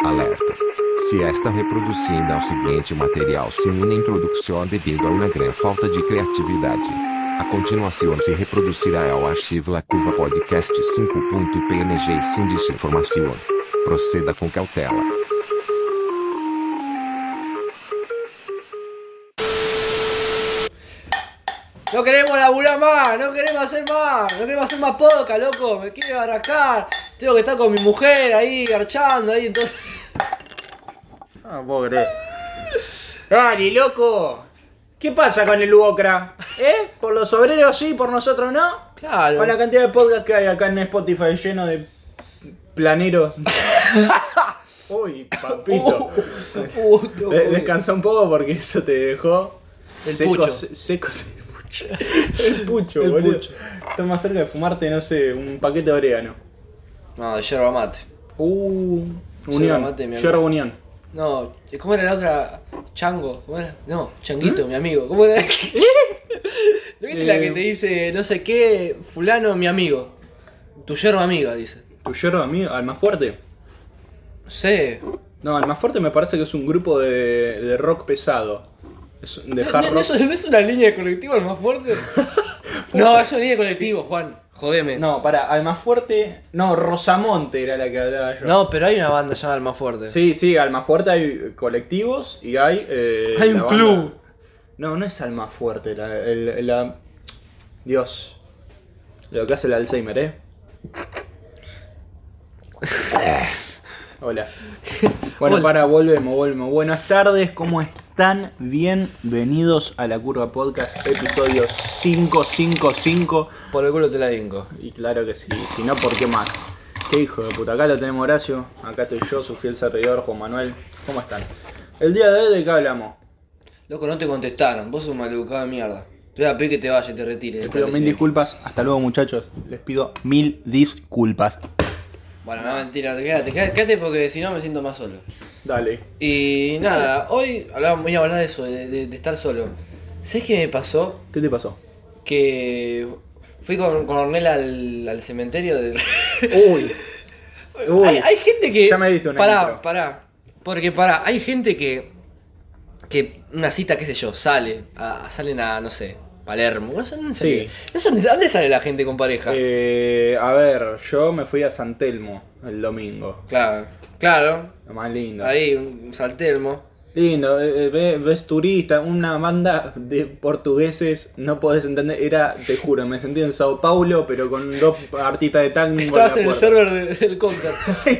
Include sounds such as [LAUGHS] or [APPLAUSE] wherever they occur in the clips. Alerta! Se esta reproduzindo ao seguinte material sem uma introdução devido a uma grande falta de criatividade. A continuação se reproduzirá ao arquivo La Curva Podcast 5.png sem desinformação. Proceda com cautela. No queremos laburar más, no queremos hacer más, no queremos hacer más podcast, loco, me quiero arrancar, tengo que estar con mi mujer ahí, garchando ahí, entonces... [LAUGHS] Ah, vos querés. Dale, loco. ¿Qué pasa con el Uocra? ¿Eh? ¿Por los obreros sí, por nosotros no? Claro. Oh, [LAUGHS] Con la cantidad de podcasts que hay acá en Spotify lleno de [LAUGHS] planeros. Uy, papito. Uh, tengo De- COVID. descansa un poco porque eso te dejó El seco, pucho. se- seco, se- [LAUGHS] el pucho, El boludo. pucho. Estás más cerca de fumarte, no sé, un paquete de orégano. No, de yerba mate. Uh, Yerba unión. mate, mi Yerba amigo. unión. No, ¿cómo era la otra? Chango, ¿cómo era? No, Changuito, ¿Mm? mi amigo, ¿cómo era? [LAUGHS] ¿No viste la Eh. que te dice, no sé qué, fulano, mi amigo? Tu yerba amiga, dice. ¿Tu yerba amigo? ¿Al más fuerte? No sé. No, al más fuerte me parece que es un grupo de, de rock pesado. Es un- de ¿No- hard no- rock. no es- ¿No es una línea de colectivo el más [LAUGHS] fuerte? no, es una línea de colectivo, Juan. Jodeme. No, para, al más fuerte. No, Rosamonte era la que hablaba yo. No, pero hay una banda llamada El Más Fuerte. Sí, sí, Almafuerte hay colectivos y hay. eh, Hay la un banda- club. No, no es Almafuerte. La, el- la- Dios. Lo que hace el Alzheimer, ¿eh? Hola. Bueno, Hola. para, volvemos, volvemos. Buenas tardes, ¿cómo están? Bienvenidos a la Curva Podcast, episodio 555. Por el culo te la vinco. Y claro que sí, si no, ¿por qué más? Qué hijo de puta, acá lo tenemos Horacio, acá estoy yo, su fiel servidor Juan Manuel. ¿Cómo están? El día de hoy, ¿de qué hablamos? Loco, no te contestaron. Vos sos un maleducado de mierda. Te voy a pedir que te vayas y te retires. Les pido mil disculpas, hasta luego muchachos, les pido mil disculpas. Bueno, no, mentira, quédate, quédate, quédate porque si no me siento más solo. Dale. Y nada, hoy hablamos, voy a hablar de eso, de, de- de estar solo. ¿Sabes qué me pasó? ¿Qué te pasó? Que fui con, con Ornella al, al cementerio de... Uy. Uy. Hay, hay gente que. Ya me diste una Pará, intro. pará. Porque pará, hay gente que. Que una cita, qué sé yo, sale. a- salen a, no sé, Palermo. No sé dónde sale. Sí. No sé dónde, dónde sale la gente con pareja. Eh, a ver, yo me fui a San Telmo el domingo. Claro, claro. Lo más lindo. Ahí, un saltermo. Lindo, eh, eh, ve- ves turista, una banda de portugueses, no podés entender, era, te juro, me sentí en Sao Paulo, pero con dos artistas de tango en Estabas la en el puerta. server de- del [LAUGHS] Conquer.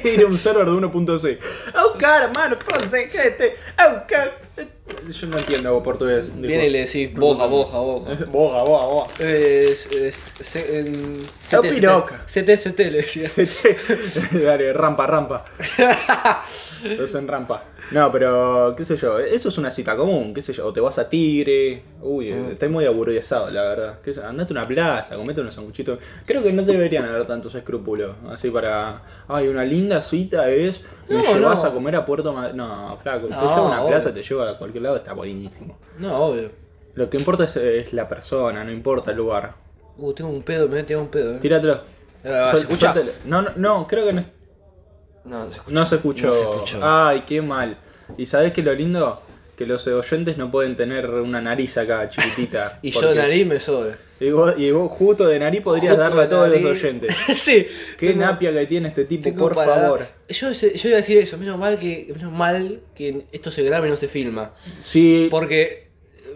era un server de 1.6. Oh, cara, mano, Fonse, que este, oh, cara. Yo no entiendo portugués. Viene y le decís, boja, boja, boja. Boga, boga, boga. Es, es, se- en- Chau, CT, piroca. CT, CT, le decía. [LAUGHS] Dale, [LAUGHS] rampa, rampa. Los en rampa. No, pero, qué sé yo, eso es una cita común, qué sé yo. O te vas a Tigre. Uy, Mm. estoy muy aburguesado, la verdad. Qué sé- andate a una plaza, comete unos sanguchitos. Creo que no deberían haber tantos escrúpulos. Así para. Ay, una linda cita es. Me No, llevas no. a comer a Puerto Ma- No, flaco, No, te lleva a una obvio. plaza, te lleva a cualquier lado, está buenísimo. No, obvio. Lo que importa es, es la persona, no importa el lugar. Uh, tengo un pedo, me he tirado un pedo. eh. Tíratelo. Ah, Sol- ¿Se escucha? suéltalo. No, no, no, creo que no, No, se escucha. no se escuchó. No se escuchó. Ay, qué mal. ¿Y sabés que lo lindo? Que los oyentes no pueden tener una nariz acá chiquitita. [LAUGHS] Y yo porque- de nariz me sobra. Y vos, y vos justo de nariz podrías Justo darle a de todos los nariz. oyentes. [LAUGHS] sí. Qué Tengo- napia que tiene este tipo, tengo por para dar- favor. Yo, ese- yo iba a decir eso, menos mal que menos mal que esto se graba y no se filma. Sí, Porque.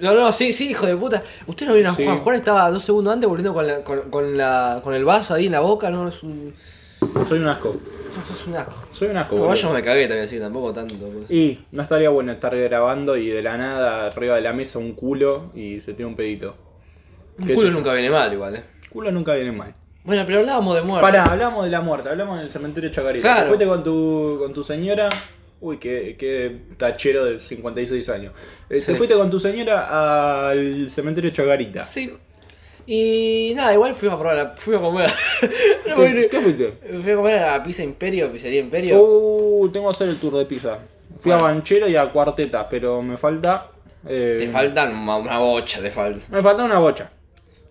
No, no, sí, sí, hijo de puta. Usted no vio a Sí. Juan. Juan estaba dos segundos antes volviendo con, la- con, con la, con el vaso ahí en la boca, no es un. soy un asco. No, es un asco. Soy un asco. No, Oh, boludo. yo no me cagué también así, tampoco tanto. pues. Y no estaría bueno estar grabando y de la nada arriba de la mesa un culo y se tira un pedito. Un qué culo sé yo. nunca viene mal igual, eh. Culo nunca viene mal. Bueno, pero hablábamos de muerte. Pará, hablamos de la muerte, hablamos del cementerio Chacarita. Claro. Te Fuiste con tu, con tu señora. Uy, qué, qué tachero de 56 años. Eh, Sí. Te fuiste con tu señora al cementerio Chacarita. Sí. Y nada, igual fuimos a probar la. Fuimos a [LAUGHS] comer. No me ¿Qué, viene- qué fuiste? Fui a comer a la pizza Imperio, pizzería Imperio. Uh, tengo que hacer el tour de pizza. Fui Bueno. a Banchero y a Cuarteta, pero me falta. eh, Te faltan ma- una bocha, te falta. Me falta una bocha.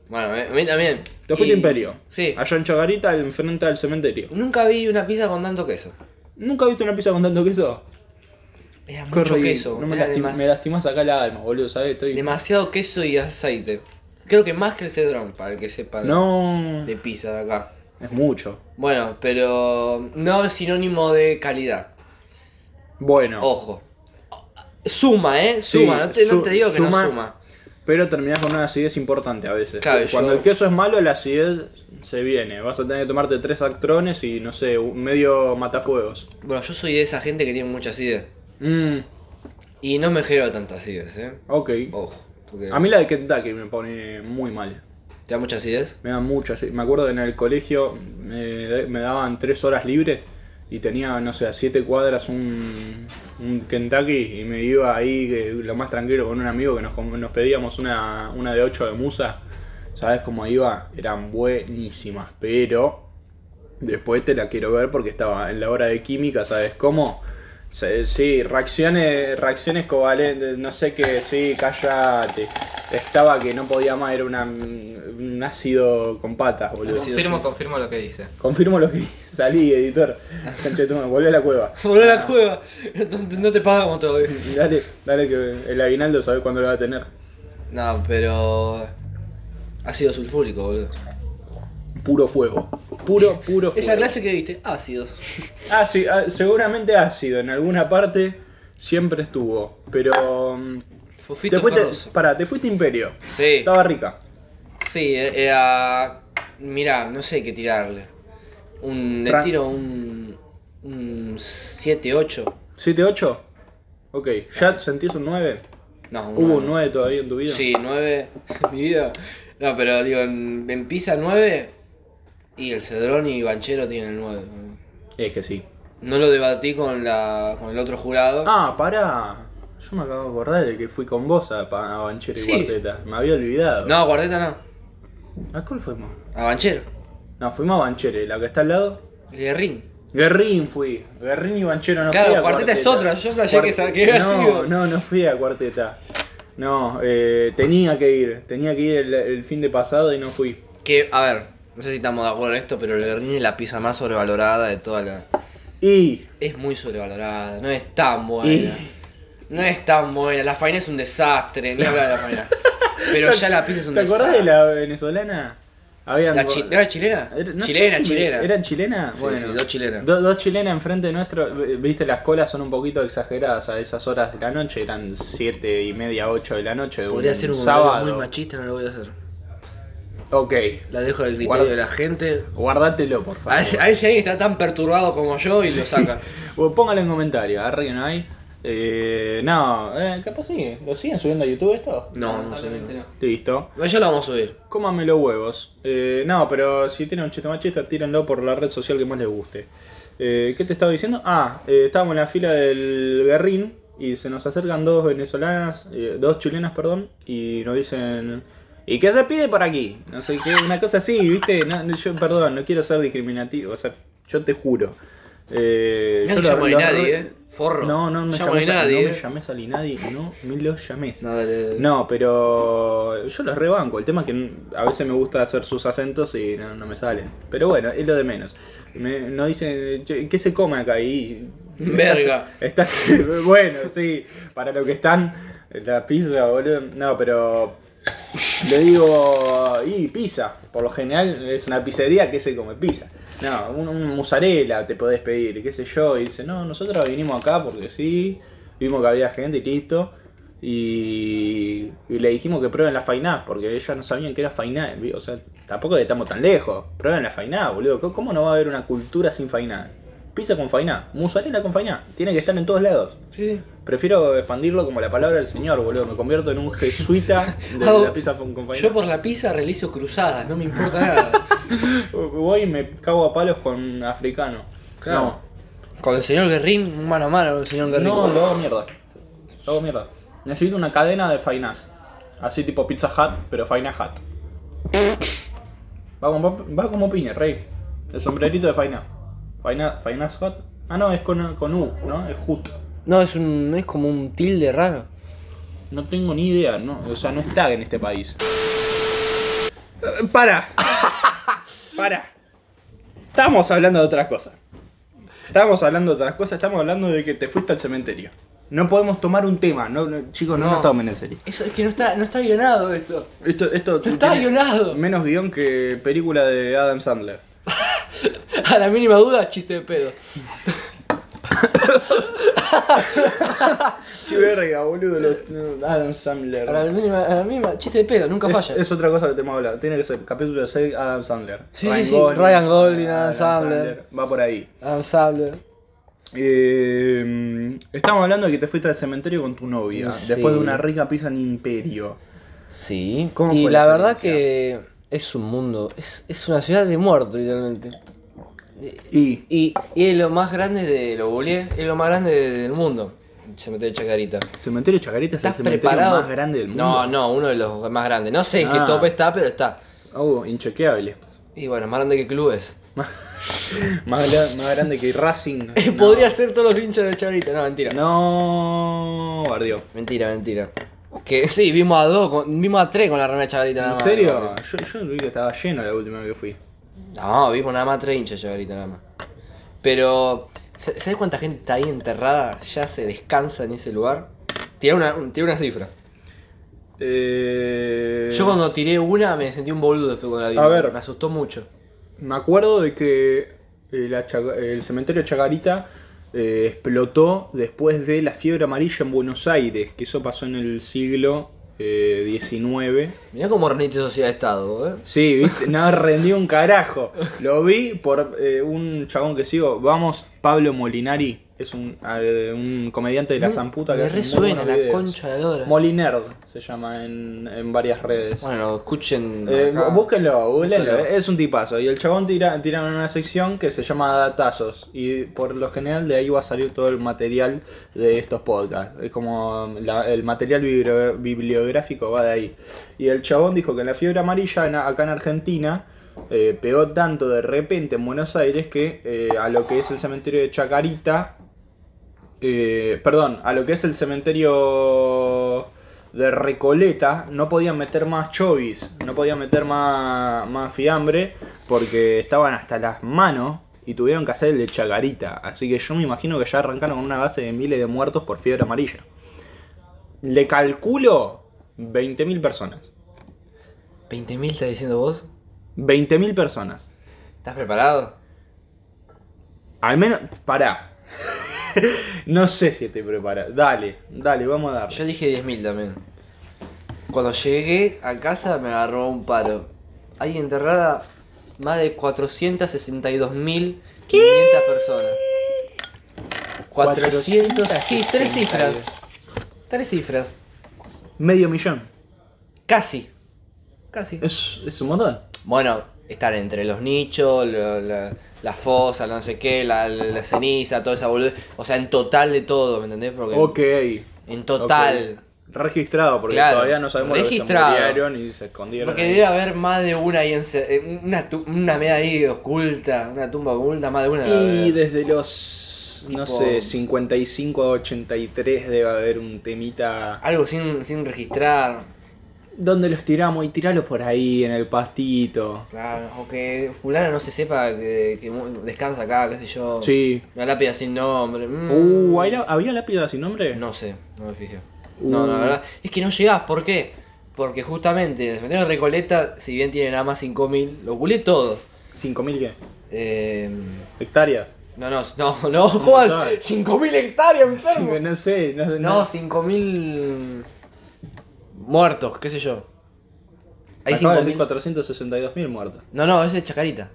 Bueno, a mí también. Te fuiste Y- a Imperio. Sí. Allá en Chacarita, enfrente del cementerio. Nunca vi una pizza con tanto queso. Nunca he visto una pizza con tanto queso. Era Qué mucho horrible. queso. No me, era lastim- demas- me lastimás acá la alma, boludo, ¿sabes? Estoy... demasiado queso y aceite. Creo que más que el cedrón, para el que sepa de- No. de pizza de acá. Es mucho. Bueno, pero no es sinónimo de calidad. Bueno. Ojo. Suma, ¿eh? Oh, Suma. Sí, no, te, no su- te digo que suma. no suma. Pero terminás con una acidez importante a veces. Claro, Cuando yo- el queso es malo, la acidez se viene. Vas a tener que tomarte tres actrones y, no sé, un medio matafuegos. Bueno, yo soy de esa gente que tiene mucha acidez. Mm. Mmm, Y no me genero tanta acidez, ¿eh? ok. Ojo. Porque A mí la de Kentucky me pone muy mal. ¿Te da mucha acidez? Me da mucho así. Me acuerdo que en el colegio me, me daban tres horas libres y tenía, no sé, a siete cuadras un, un Kentucky y me iba ahí que, lo más tranquilo con un amigo que nos, com- nos pedíamos una, una de ocho de musa. ¿Sabes cómo iba? Eran buenísimas, pero después te la quiero ver porque estaba en la hora de química, ¿sabes cómo? Se- Sí, reacciones, reacciones covalentes, no sé qué, sí, cállate. Estaba que no podía más, era una, un ácido con patas, boludo. Ácido. Confirmo, confirmo lo que dice. Confirmo lo que [LAUGHS] salí, editor. Conchetuma, volví a la cueva. Volvé a la cueva. No, no te pagamos todavía. Dale, dale que el aguinaldo sabe cuándo lo va a tener. No, pero. Ácido sulfúrico, boludo. Puro fuego. Puro, puro fuego. Esa clase que viste, ácidos. Ah, sí, ah, seguramente ácido, en alguna parte siempre estuvo. Pero. mm, Fofito Te fuiste, ferroso. pará, te fuiste imperio. Sí. Estaba rica. Sí, e- era. Mirá, no sé qué tirarle. Un, le Fran- tiro un. Un 7, 8. ¿7-8? Ok. ¿Ya sentís un 9? No, un ¿Hubo un nueve. 9 todavía en tu vida? Sí, 9. [LAUGHS] Mi vida. No, pero digo, en, en Pisa 9. Y el Cedrón y Banchero tienen el 9. Es que sí. No lo debatí con, la, con el otro jurado. Ah, pará. Yo me acabo de acordar de que fui con vos a, pa- a Banchero y Sí. Cuarteta. Me había olvidado. No, Guardeta no. ¿A cuál fuimos? A Banchero. No, fuimos a Banchero, la que está al lado. El Guerrín. Guerrín fui. Guerrín y Banchero no Claro, fui a Cuarteta es otro, yo flashé Cuart- que sa- que había no, sido. No, no fui a Cuarteta. No, eh, tenía que ir. Tenía que ir el, el fin de pasado y no fui. Que, a ver, no sé si estamos de acuerdo en esto, pero el Guerrín es la pieza más sobrevalorada de toda la. Y. Es muy sobrevalorada, no es tan y buena. No es tan buena. La faena es un desastre, ni hablar de la faena. Pero ya la pizza es un ¿Te acordás desastre. de la venezolana? Habían La chi- ¿No era chilena? Era- no sé chilena, si chilena. ¿Eran chilenas? Sí, bueno, sí, dos chilenas. do- dos chilenas enfrente nuestro. V- Viste, las colas son un poquito exageradas a esas horas de la noche. Eran siete y media, ocho de la noche. de Podría ser un sábado. sábado muy machista, no lo voy a hacer. Ok, La dejo al criterio Guarda- de la gente. guardátelo, por A favor. ver, si- a ver si alguien está tan perturbado como yo y lo saca. O póngalo en comentario, arriba no hay. Eh, no, eh, capaz sí. ¿Lo siguen subiendo a YouTube esto? No, no sé. Lamentablemente no. Listo. Bueno, Ya lo vamos a subir. Cómame los huevos. Eh, no, pero si tienen un chiste machista, tírenlo por la red social que más les guste. Eh, ¿Qué te estaba diciendo? Ah, eh, estábamos en la fila del Guerrín y se nos acercan dos venezolanas, eh, dos chilenas, perdón, y nos dicen... ¿Y qué se pide por aquí? No sé qué, una cosa así, ¿viste? No, no, yo, perdón, no quiero ser discriminativo, o sea, yo te juro. Eh, No yo te lo- llamó ni lo- nadie, ¿eh? Forro. No, no me llamó ni llamé a nadie. nadie. No eh. me llamé a nadie, no me lo llames. No, dale, dale. No, pero yo los rebanco. El tema es que n- a veces me gusta hacer sus acentos y no, no me salen. Pero bueno, es lo de menos. Me, no dicen, "Che, ¿qué se come acá? Y. [LAUGHS] Verga. Estás, estás- [LAUGHS] bueno, sí. Para lo que están, la pizza, boludo. No, pero. Le digo, y pizza. Por lo general es una pizzería que se come pizza. No, un, un mozzarella te podés pedir, qué sé yo. Y dice, no, nosotros vinimos acá porque sí. Vimos que había gente y listo. Y, y le dijimos que prueben la fainá, porque ellos no sabían que era fainá. O sea, tampoco estamos tan lejos. Prueben la fainá, boludo. ¿Cómo- ¿Cómo no va a haber una cultura sin fainá? Pizza con fainá, mozzarella con fainá. Tiene que estar en todos lados. Sí, sí. Prefiero expandirlo como la palabra del Señor, boludo. Me convierto en [LAUGHS] un jesuita de la pizza con con fainá. Yo por la pizza realizo cruzadas, no me importa [LAUGHS] nada. Voy y me cago a palos con africano. Claro. Con el señor Guerrín, mano a mano, con el señor No, Guerrín. no, lo hago mierda. Lo hago mierda. Necesito una cadena de fainás. Así tipo Pizza Hut, pero faina Hut. Va como, va como piña, rey. El sombrerito de faina. faina fainas Hut. Ah, no, es con, con U, ¿no? Es Hut. No, es un. es como un tilde raro. No tengo ni idea, ¿no? O sea, no está en este país. Para. Para. Estamos hablando de otra cosa. Estábamos hablando de otras cosas, estamos hablando de que te fuiste al cementerio. No podemos tomar un tema, no, no, chicos, no, No. nos tomen en serio. Eso es que no está, no está [LAUGHS] guionado esto. Esto, esto No está tiene guionado. menos guión que película de Adam Sandler. A la mínima duda, chiste de pedo. Qué verga, boludo, lo- no, Eh, Adam Sandler. A la mínima, a la mínima chiste de pedo, nunca Es, falla. es otra cosa que tenemos que hablar. Tiene que ser capítulo 6, Adam Sandler. Sí, sí, sí. Ryan Gosling, Adam Sandler. Va por ahí. Adam Sandler. Eh, estamos hablando de que te fuiste al cementerio con tu novia. Sí. Después de una rica pizza en Imperio. Sí. ¿Cómo y fue la la, verdad que es un mundo, es, es una ciudad de muertos, literalmente. Y. Y, y es lo más grande de lo googleé, es lo más grande de- del mundo. Se mete Chacarita. Cementerio Chacarita es el ¿Estás cementerio preparado? más grande del mundo. No, no, uno de los más grandes. No sé en qué Ah. top está, pero está. Oh, inchequeable. Y bueno, más grande que clubes. Más, gra- más grande que Racing. [LAUGHS] [LAUGHS] Eh, No. Podría ser todos los hinchas de Chavrita, no, mentira. No, bardió. Mentira, mentira. Que sí, vimos a dos, con- vimos a tres con la remera Chacarita nada ¿En más. serio? Yo, yo vi que estaba lleno la última vez que fui. No, vimos nada más tres hinchas Chacarita nada más. Pero, ¿sa- ¿sabes cuánta gente está ahí enterrada? Ya se descansa en ese lugar. Tira una, un- tira una cifra. Eh, Yo cuando tiré una me sentí un boludo después cuando la vi. A ver. Me asustó mucho. Me acuerdo de que eh, la Chaga- el cementerio Chacarita eh, explotó después de la fiebre amarilla en Buenos Aires, que eso pasó en el siglo eh, XIX. Mirá cómo rendiste sociedad de estado, ¿eh? Sí, viste, no [LAUGHS] rendí un carajo. Lo vi por eh, un chabón que sigo, vamos, Pablo Molinari, es un, eh, un comediante de la zamputa que me hace muy resuena buenos la videos. concha de Dora. Molinerd se llama en, en varias redes. Bueno, escuchen. Eh, acá. búsquenlo, búsquenlo, Búsquenlo. es un tipazo. Y el chabón tira, tira una sección que se llama Datazos. Y por lo general de ahí va a salir todo el material de estos podcasts. Es como um, la- el material bibli- bibliográfico va de ahí. Y el chabón dijo que la fiebre amarilla en- acá en Argentina eh, pegó tanto de repente en Buenos Aires que eh, a lo que es el cementerio de Chacarita. eh, perdón, a lo que es el cementerio de Recoleta no podían meter más chovis, no podían meter más, más fiambre porque estaban hasta las manos y tuvieron que hacer el de Chacarita. Así que yo me imagino que ya arrancaron con una base de miles de muertos por fiebre amarilla. Le calculo 20.000 personas. ¿20.000 estás diciendo vos? 20.000 personas. ¿Estás preparado? Al menos, pará. [LAUGHS] no sé si estoy preparado. Dale, dale, vamos a darle. Yo dije 10.000 también. Cuando llegué a casa me agarró un paro. Hay enterrada más de 462.500 personas. 400, sí, tres cifras. Tres cifras. Medio millón. Casi. Casi. Es, es un montón. Bueno, estar entre los nichos, la, la- la fosa, la no sé qué, la, la ceniza, toda esa boludez. O sea, en total de todo, ¿me entendés? Porque Ok. en total. Ok. Registrado, porque Claro, todavía no sabemos lo que se registrado. murieron y se escondieron. Porque ahí. debe haber más de una ahí en se- eh, una, tu- una media ahí oculta, una tumba oculta, más de una. debe haber. Y desde los, no eh, Tipo- sé, 55 a 83 debe haber un temita... Algo sin, sin registrar. ¿Dónde los tiramos? Y tiralo por ahí, en el pastito. Claro, o que fulano no se sepa que, que mu- descansa acá, qué sé yo. Sí. Una lápida sin nombre. mm. Uh, ¿hay la- ¿había lápida sin nombre? No sé, no me fijé. Uh. No, la verdad. Es que no llegás, ¿por qué? Porque justamente el cementerio de Recoleta, si bien tiene nada más 5.000, lo culé todo. ¿5.000 qué? Eh, ¿Hectáreas? no, no, no, [LAUGHS] no, Juan. montón. 5.000 hectáreas, Sí, [LAUGHS] enfermo. no sé, no sé. No, No, 5.000 muertos, qué sé yo. Hay Acaba de decir 5.000. 462.000 muertos. No, no, ese es Chacarita,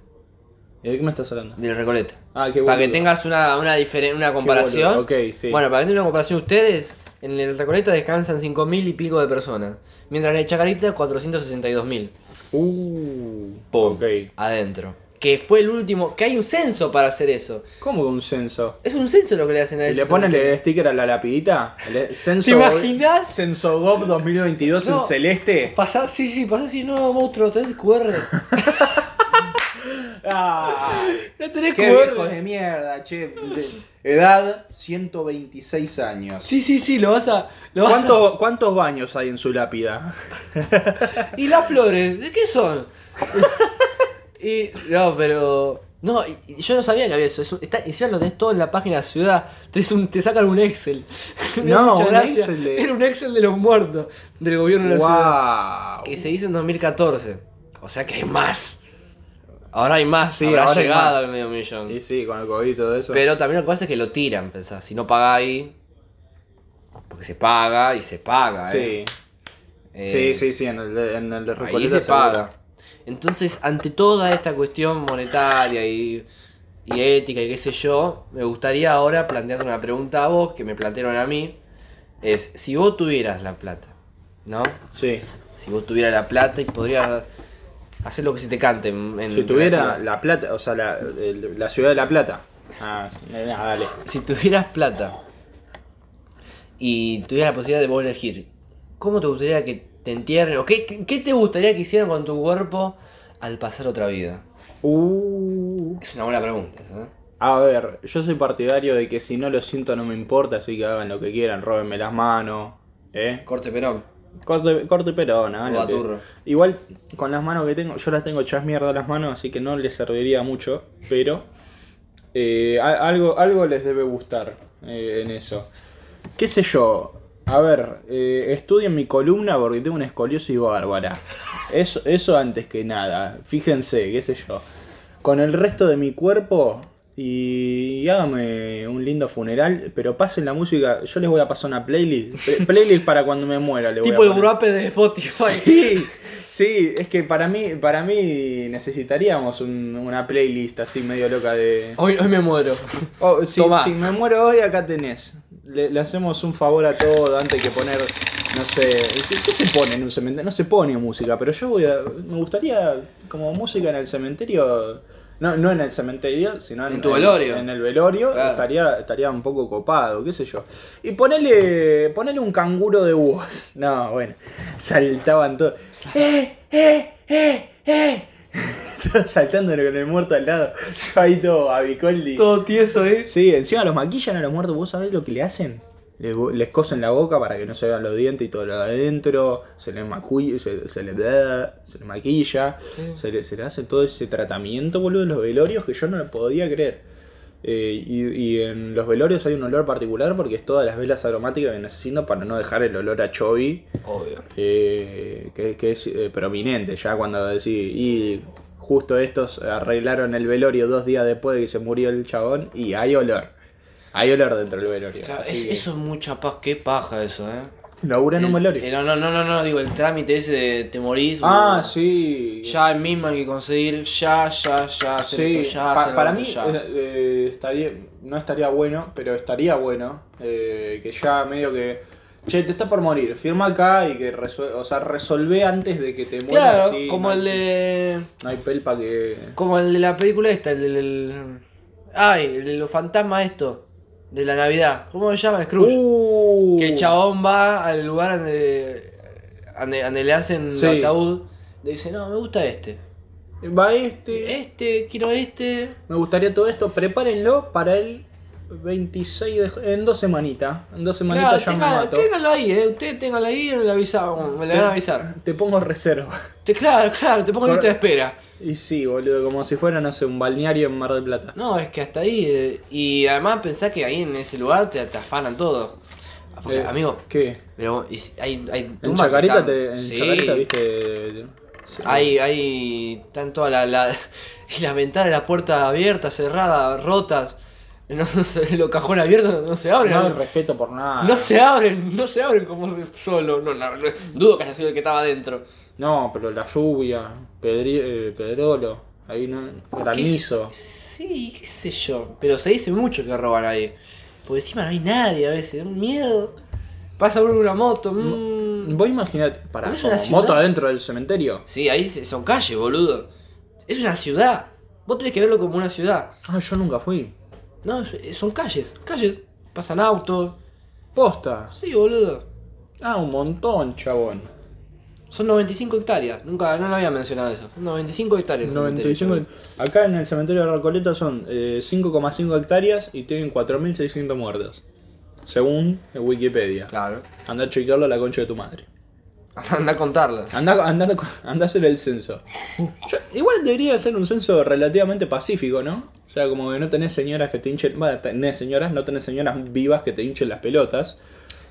¿Y ¿De qué me estás hablando? del Recoleta. Ah, qué Para que boludo. tengas una, una, diferen- una comparación. ok, sí. Bueno, para que tengan una comparación ustedes, en el Recoleta descansan 5.000 y pico de personas. Mientras en el Chacarita, 462.000 Uh, ok. adentro. Que fue el último. Que hay un censo para hacer eso. ¿Cómo que un censo? Es un censo lo que le hacen a ¿Y ese le ponen cementerio. el sticker a la lapidita? ¿El censo ¿Te imaginas? Censo Gob 2022 en No. celeste. Pasá, sí, sí, pasá si no, monstruo, tenés QR. [LAUGHS] Ah, [LAUGHS] No tenés qué QR. viejo eh. de mierda, che. De- edad 126 años. Sí, sí, sí, lo vas a. Lo vas a- ¿Cuántos, ¿Cuántos baños hay en su lápida? [LAUGHS] ¿Y las flores? ¿De qué son? y, no, pero No, y- y yo no sabía que había eso. Es un- está, encima lo tenés todo en la página de la ciudad. Te, es un- te sacan un Excel. [LAUGHS] Me da No, mucha un gracia. Excel de- Era un Excel de los muertos del gobierno de la ciudad. ¡Wow! Que se hizo en 2014. O sea que hay más. Ahora hay más. Sí, habrá ahora hay llegado más. al medio millón. Y sí, con el COVID y todo eso. Pero también lo que pasa es que lo tiran, pensás. Si no paga ahí. Porque se paga y se paga, sí. ¿eh? Eh, sí, sí, sí, en el, de- en el de Ahí Recoleta se seguro. paga. Entonces, ante toda esta cuestión monetaria y, y ética y qué sé yo, me gustaría ahora plantearte una pregunta a vos que me plantearon a mí. Es, si vos tuvieras la plata, ¿no? Sí. Si vos tuvieras la plata y podrías hacer lo que se te cante. en- en- Si tuviera La Plata, o sea, la, el- la ciudad de La Plata. Ah, nada, dale. Si tuvieras plata y tuvieras la posibilidad de vos elegir, ¿cómo te gustaría que te entierren? ¿O qué, qué- qué te gustaría que hicieran con tu cuerpo al pasar otra vida? Uh. Es una buena pregunta, ¿eh? ¿sabes? A ver, yo soy partidario de que si no lo siento no me importa, así que hagan lo que quieran, róbenme las manos, ¿eh? Corte Perón. Corte, corte pero O nada. Baturro. Igual, con las manos que tengo, yo las tengo hechas mierda las manos, así que no les serviría mucho, pero eh, a- algo, algo les debe gustar eh, en eso. ¿Qué sé yo? A ver, eh, estudien mi columna porque tengo una escoliosis bárbara. Eso, eso antes que nada. Fíjense, qué sé yo. Con el resto de mi cuerpo y, y hágame un lindo funeral, pero pasen la música. Yo les voy a pasar una playlist. [LAUGHS] Play- Playlist para cuando me muera. le voy a Tipo el poner. burape de Spotify. Sí, sí, es que para mí, para mí necesitaríamos un- una playlist así medio loca de. Hoy, hoy me muero. Oh, si, Tomá. si me muero hoy, acá tenés. Le, le hacemos un favor a todo antes que poner. No sé. ¿qué, qué se pone en un cementerio? No se pone música, pero yo voy a. Me gustaría como música en el cementerio. No, no en el cementerio, sino en, En tu velorio. En el velorio Claro. estaría, estaría un poco copado, qué sé yo. Y ponele, ponele un canguro de búhos. No, bueno. Saltaban todos. ¡Eh, eh, eh, eh! [LAUGHS] todos saltando con el muerto al lado. Ahí todo abicoldi. Todo tieso, ¿eh? Sí, encima los maquillan a los muertos. ¿Vos sabés lo que le hacen? Le- Les, cosen la boca para que no se vean los dientes y todo lo de adentro. Se les, macu- se, se les, se les maquilla. Se, le, se le hace todo ese tratamiento, boludo, en los velorios que yo no lo podía creer. Eh, y, y en los velorios hay un olor particular porque es todas las velas aromáticas que necesitan para no dejar el olor a chovi Obvio. eh, que, que es eh, prominente ya cuando decís, y justo estos arreglaron el velorio dos días después de que se murió el chabón y hay olor. Hay olor dentro del velorio. Claro, así es- que Eso es mucha paz, qué paja eso, ¿eh? laburan un El- velorio. el- no, no, no, no, no, digo, el trámite ese de te morís. ah, boludo. sí. Ya mismo hay que conseguir, ya, ya, ya, hacer Sí, esto, ya, pa- hacer lo para otro, mí ya. eh, eh, estaría, no estaría bueno, pero estaría bueno eh, que ya medio que... Che, te está por morir, firma acá y que resue- o sea, resolvé antes de que te mueras. Claro, así, como no el hay- de. No hay pelpa que... Como el de la película esta, el del. el- Ay, el de los fantasmas, esto. De la Navidad. ¿Cómo se llama? Scrooge. Uh. Que el chabón va al lugar donde, donde, donde le hacen el Sí. ataúd. Le dice, no, me gusta este. Va este. Este, quiero este. Me gustaría todo esto. Prepárenlo para el 26 de ju- En dos semanitas. En dos Claro, semanitas ya me tenga- mato. ténganlo ahí, eh. ustedes ténganlo ahí y me lo avisaron, me lo van a avisar. Te pongo reserva. Te- claro, claro, te pongo en Por- lista de espera. Y sí, boludo. Como si fuera, no sé, un balneario en Mar del Plata. No, es que hasta ahí. eh, y además pensás que ahí en ese lugar te, te afanan todo. Porque, Eh, amigo, ¿Qué? pero y si- hay, hay En tumbas que Chacarita, están- te, en sí, Chacarita viste. sí. Hay, hay. Están todas la, la, [LAUGHS] y las ventanas, las puertas abiertas, cerradas, rotas. No, [LAUGHS] se- los cajones abiertos no se abren. No hay No, respeto por nada. se abren, no se abren como se- solo. No, no, no, dudo que haya sido el que estaba adentro. No, pero la lluvia, pedri- eh, pedrolo, ahí no, granizo. ¿Qué s- Sí, qué sé yo. Pero se dice mucho que roban ahí. Porque encima no hay nadie a veces, da un miedo. Pasa por una moto. mm. Vos imaginate, para, Porque es una moto ciudad. adentro del cementerio. Sí, ahí se- son calles, boludo. Es una ciudad. Vos tenés que verlo como una ciudad. Ah, yo nunca fui. No, es- son calles, calles. Pasan autos. Posta. Sí, boludo. Ah, un montón, chabón. Son 95 hectáreas. Nunca, no lo había mencionado eso. 95 hectáreas. 95. Acá en el cementerio de Recoleta son eh, 5,5 hectáreas y tienen 4.600 muertos. Según Wikipedia. Claro. Anda a chequearlo a la concha de tu madre. [LAUGHS] Anda a contarlas. Anda, anda, anda a hacer el censo. Yo- igual debería ser un censo relativamente pacífico, ¿no? O sea, como que no tenés señoras que te hinchen. Bueno, tenés señoras, no tenés señoras vivas que te hinchen las pelotas.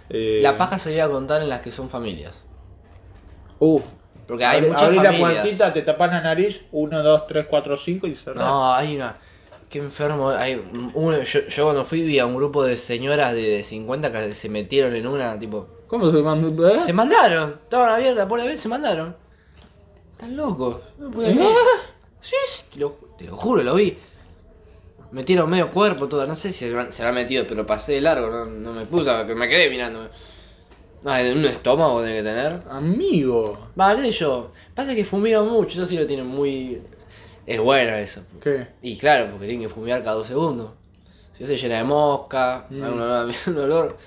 Eh, La paja se iba a contar en las que son familias. Uh, Porque hay abrí- muchas abrí la familias. puertita, te tapás la nariz. 1, 2, 3, 4, 5 y cerrás. No, hay una. Qué enfermo. Hay uno, yo, yo cuando fui vi a un grupo de señoras de 50 que se metieron en una, tipo. ¿Cómo se ¿Eh? manda? Se mandaron. Estaban abiertas por la vez, se mandaron. Están locos. No pude creer. ¿Eh? Sí, sí, te lo, ju- te lo juro, lo vi. Metieron medio cuerpo, toda. No sé si se habrán- se habrán metido, pero pasé de largo. No, no me puse, a- me quedé mirándome. Ah, un estómago tiene que tener. Amigo. Va, qué sé yo. Pasa que fumigan mucho, eso sí lo tienen muy. Es bueno eso. ¿Qué? Y claro, porque tienen que fumigar cada dos segundos. Si no se llena de mosca, Mm. algún olor, [LAUGHS] un olor.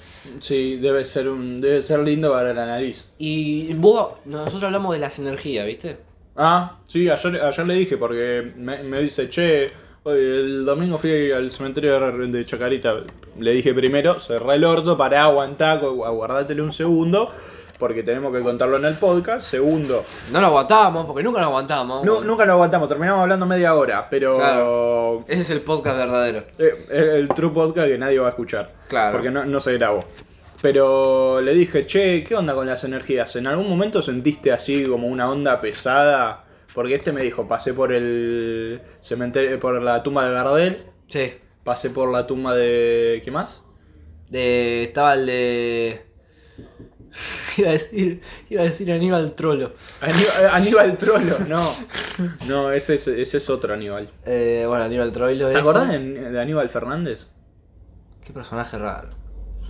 Sí, debe ser, un, debe ser lindo para la nariz. Y vos, nosotros hablamos de las energías, ¿viste? Ah, sí, ayer, ayer le dije porque me, me dice, che, hoy el domingo fui al cementerio de- de Chacarita. Le dije primero, cerrá el orto, pará, aguantá, gu- aguardátelo un segundo, porque tenemos que contarlo en el podcast. Segundo, No lo aguantábamos, porque nunca lo aguantábamos. no, nunca lo aguantamos, terminamos hablando media hora, pero Claro. Ese es el podcast verdadero. eh, es el true podcast que nadie va a escuchar. Claro. Porque no, no se grabó. Pero le dije, che, ¿qué onda con las energías? ¿En algún momento sentiste así como una onda pesada? Porque este me dijo, pasé por el cementerio, por la tumba de Gardel, Sí. pasé por la tumba de... ¿Qué más? De, estaba el de. [LAUGHS] Iba a decir, iba a decir Aníbal Trollo. Aníbal, [LAUGHS] Aníbal Trollo, no. No, ese es, ese es otro Aníbal. Eh, bueno, Aníbal Troilo es. ¿Te acordás de, de Aníbal Fernández? Qué personaje raro.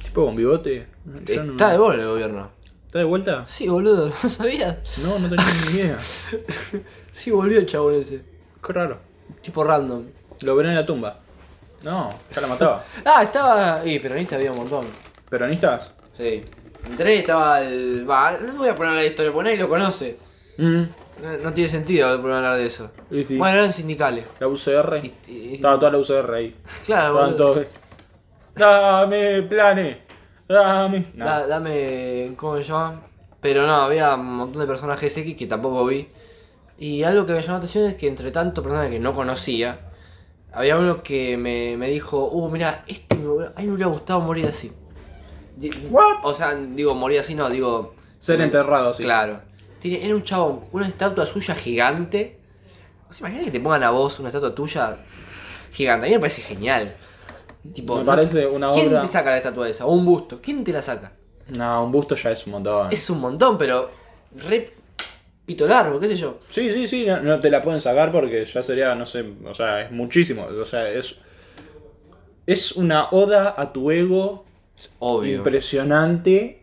Tipo con bigote. Yo no- Está de bola el gobierno. ¿Está de vuelta? Sí, boludo, [LAUGHS] ¿no sabías? No, no tenía ni idea. Sí, volvió el chabón ese. Qué raro. Tipo random. Lo veré en la tumba. No, ya [LAUGHS] la mataba. Ah, estaba. Y peronista había un montón. ¿Peronistas? Sí. Entré y estaba el. Va, no voy a poner la historia, porque nadie lo conoce. Mm. No, no tiene sentido poner a hablar de eso. Y sí. Bueno, eran sindicales. La UCR. Y- y- y- Estaba toda la UCR ahí. claro, Estaban Este, Ah, boludo. todos. Dame planes. Dame. No. Da- dame. ¿Cómo se llama? Pero no, había un montón de personajes X que tampoco vi. Y algo que me llamó la atención es que entre tanto personajes que no conocía, había uno que me, me dijo, uh, mira, este me, hubiera- a mí me hubiera gustado morir así. Di- What? O sea, digo, morir así no, digo. Ser me- enterrado, sí. Claro. Tiene- Era un chabón, una estatua suya gigante. O sea, imagínate que te pongan a vos una estatua tuya gigante. A mí me parece genial. Tipo, Me no te- parece una ¿Quién obra. te saca la estatua esa? O un busto. ¿Quién te la saca? No, un busto ya es un montón. Es un montón, pero re pito largo, qué sé yo. Sí, sí, sí, no, no te la pueden sacar porque ya sería, no sé, o sea, es muchísimo. O sea, es. Es una oda a tu ego Obvio. impresionante,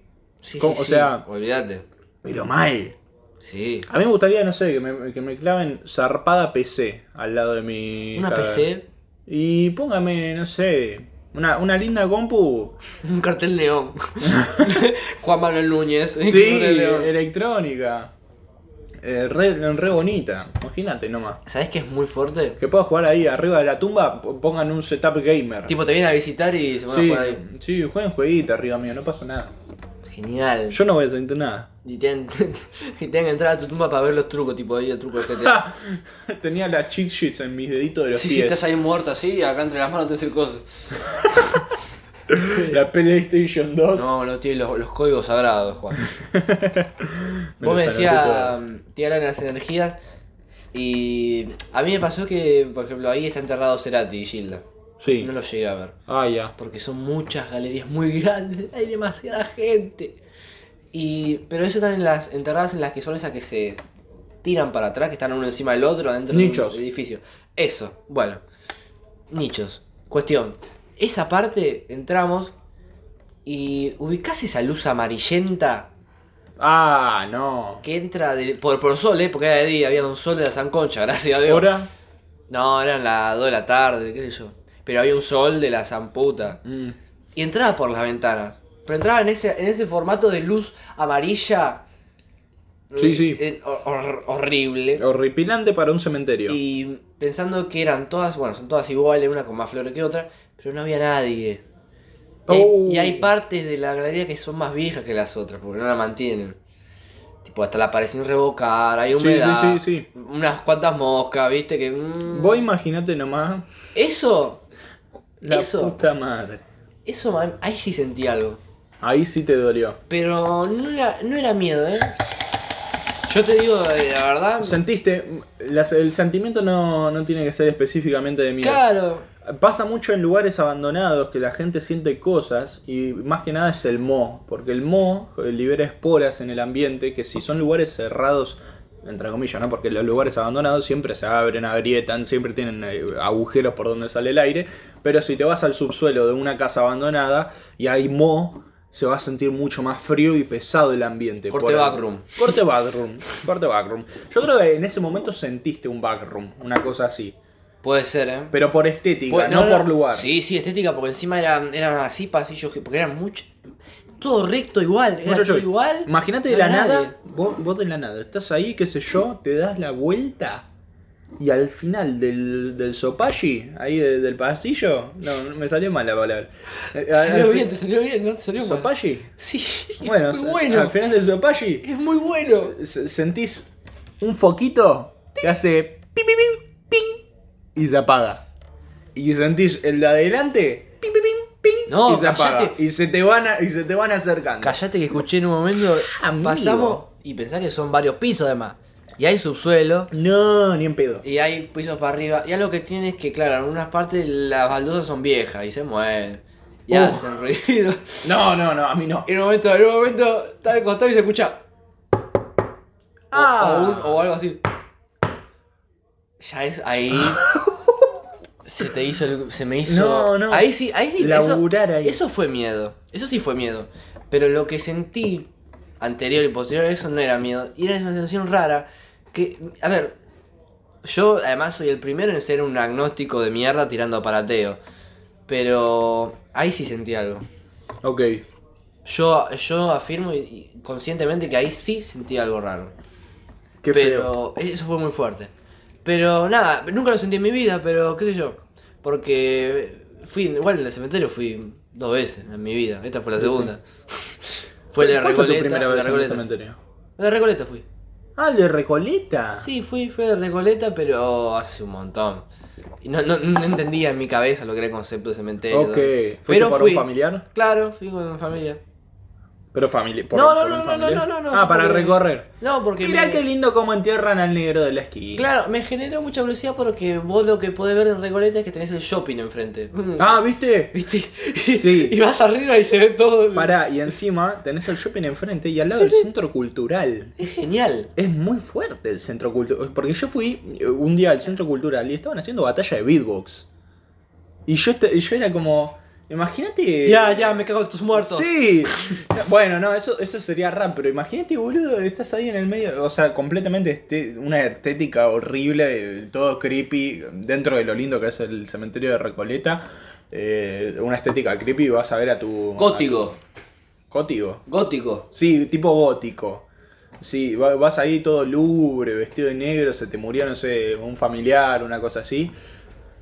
Sí, ¿Cómo? sí, O sí. sea- Olvídate. pero mal. Sí. A mí me gustaría, no sé, que me, que me claven zarpada PC al lado de mi. Una cadáver. PC, Y póngame, no sé, una, una [LAUGHS] linda compu. un cartel [LAUGHS] león. Juan Manuel Núñez. Sí, cartel león. electrónica. Eh, re, re bonita, imagínate nomás. ¿Sabés que es muy fuerte? Que puedas jugar ahí arriba de la tumba, p- pongan un setup gamer. Tipo, te vienen a visitar y se van sí, a jugar ahí. sí, jueguen jueguito arriba mío, no pasa nada. Genial. Yo no voy a sentir nada. Y tengan, [LAUGHS] y tengan que entrar a tu tumba para ver los trucos, tipo ahí, el truco del [LAUGHS] GTA. [LAUGHS] Tenía las cheat sheets en mis deditos de los sí, sí, pies. estás ahí muerto así, acá entre las manos tenés el coso. La PlayStation 2. No, no tiene los, los códigos sagrados, [LAUGHS] Juan. Me los Vos me decías, anoté te hablan las energías. Y a mí me pasó que, por ejemplo, ahí está enterrado Cerati y Gilda. Sí. No lo llegué a ver. Ah, ya. Porque son muchas galerías muy [LAUGHS] grandes, hay demasiada gente. Y, pero eso están en las enterradas en las que son esas que se tiran para atrás, que están uno encima del otro dentro Nichos. de un edificio. Eso, bueno. Nichos. Cuestión. Esa parte entramos y ubicás esa luz amarillenta Ah, no. que entra de- por, por sol, ¿eh? porque era de día, había un sol de la San Concha, [LAUGHS] gracias a Dios. ¿Hora? No, eran las 2 de la tarde, qué sé yo. Pero había un sol de la San Puta. Mm. Y entraba por las ventanas. Pero entraba en ese, en ese formato de luz amarilla. Sí, sí. eh, hor- hor- horrible. Horripilante para un cementerio. Y pensando que eran todas, bueno, son todas iguales, una con más flores que otra, pero no había nadie. Eh, Y hay- Oh. Y hay partes de la galería que son más viejas que las otras, porque no la mantienen. Pues hasta la pared sin revocar, hay Sí, sí, humedad, sí, sí. unas cuantas moscas, viste que... mm, Vos imaginate nomás Eso, la Eso. puta madre. eso man, ahí sí sentí algo. Ahí sí te dolió. Pero no era, no era miedo, ¿eh? Yo te digo, eh, la verdad... Sentiste, mm, las- el sentimiento no, no tiene que ser específicamente de miedo. Claro. Pasa mucho en lugares abandonados que la gente siente cosas y más que nada es el moho, porque el moho eh, libera esporas en el ambiente que si son lugares cerrados, entre comillas, ¿no? Porque los lugares abandonados siempre se abren, agrietan, siempre tienen eh, agujeros por donde sale el aire, pero si te vas al subsuelo de una casa abandonada y hay moho, se va a sentir mucho más frío y pesado el ambiente. Corte Por- backroom. Corte backroom, corte backroom. Yo creo que en ese momento sentiste un backroom, una cosa así. Puede ser, ¿eh? Pero por estética, Pues, no, por lugar. Sí, sí, estética, porque encima eran, eran así pasillos, que- porque eran mucho. Todo recto igual, era Mucho todo choy. igual. Imagínate de no la había nadie. nada, vos, vos de la nada, estás ahí, qué sé yo, te das la vuelta y al final del, del sopachi, ahí de- del pasillo, no, no, me salió mal la palabra. [LAUGHS] Eh, Te al- salió al bien, fin- te salió bien, no te salió mal. ¿Sopachi? Sí, [LAUGHS] Bueno, es se- muy bueno. al final del sopachi Es muy bueno. se- sentís un foquito que hace pim, pim, pim, ping, y se apaga. Y sentís el de adelante, pim, pim, pim, ping, No, y se apaga. callate. Y se te van, a- y se te van acercando. Callate que escuché en un momento. Ah, Amigo. Pasamos y pensá que son varios pisos además. Y hay subsuelo. No, ni en pedo. Y hay pisos para arriba. Y algo que tiene es que, claro, en algunas partes las baldosas son viejas y se mueven. Y Uh. hacen ruido. [LAUGHS] No, no, no, a mí no. Y en un momento, en un momento, está al costado y se escucha. O- O, Ah. un- o algo así. Ya es [LAUGHS] ahí. se te hizo. el- se me hizo. No, no. Ahí sí, ahí sí. Eso, Laburar ahí. eso fue miedo. Eso sí fue miedo. Pero lo que sentí anterior y posterior a eso no era miedo. Y era una sensación rara. Que. A ver. Yo además soy el primero en ser un agnóstico de mierda tirando para ateo. Pero. Ahí sí sentí algo. Ok. Yo, yo afirmo y- y conscientemente que ahí sí sentí algo raro. Qué pero feo. eso fue muy fuerte. Pero nada, nunca lo sentí en mi vida, pero qué sé yo. Porque fui, igual en el cementerio fui dos veces en mi vida. Esta fue la Sí, sí. segunda. [LAUGHS] fue la de ¿Cuál fue tu Recoleta. primera la de vez en el Recoleta. cementerio? La de Recoleta fui. Ah, ¿el de Recoleta? Sí, fui, fui de Recoleta, pero hace un montón. Y no, no, no entendía en mi cabeza lo que era el concepto de cementerio. Ok. todo. ¿Fuiste Pero para fui. un familiar? Claro, fui con mi familia. Pero familia. No, no, no, no, no, no, no, Ah, para porque- recorrer. No, porque. Mirá me- qué lindo cómo entierran al negro de la esquina. Claro, me generó mucha curiosidad porque vos lo que podés ver en Recoleta es que tenés el shopping enfrente. Mm. Ah, ¿viste? [LAUGHS] ¿Viste? Sí. Y vas arriba y se ve todo. el- Pará, y encima tenés el shopping enfrente y al lado Sí, el sí. centro cultural. Es genial. Es muy fuerte el centro cultural. Porque yo fui eh, un día al centro cultural y estaban haciendo batalla de beatbox. Y yo, est- y yo era como. Imagínate. Ya, ya, me cago en tus muertos. Sí. Bueno, no, eso, eso sería rap, pero imagínate, boludo, estás ahí en el medio, o sea, completamente este- una estética horrible, eh, todo creepy, dentro de lo lindo que es el cementerio de Recoleta. eh, una estética creepy, vas a ver a tu... Gótico. Gótico. Gótico. Sí, tipo gótico. Sí, va- vas ahí todo lubre, vestido de negro, se te murió, no sé, un familiar, una cosa así.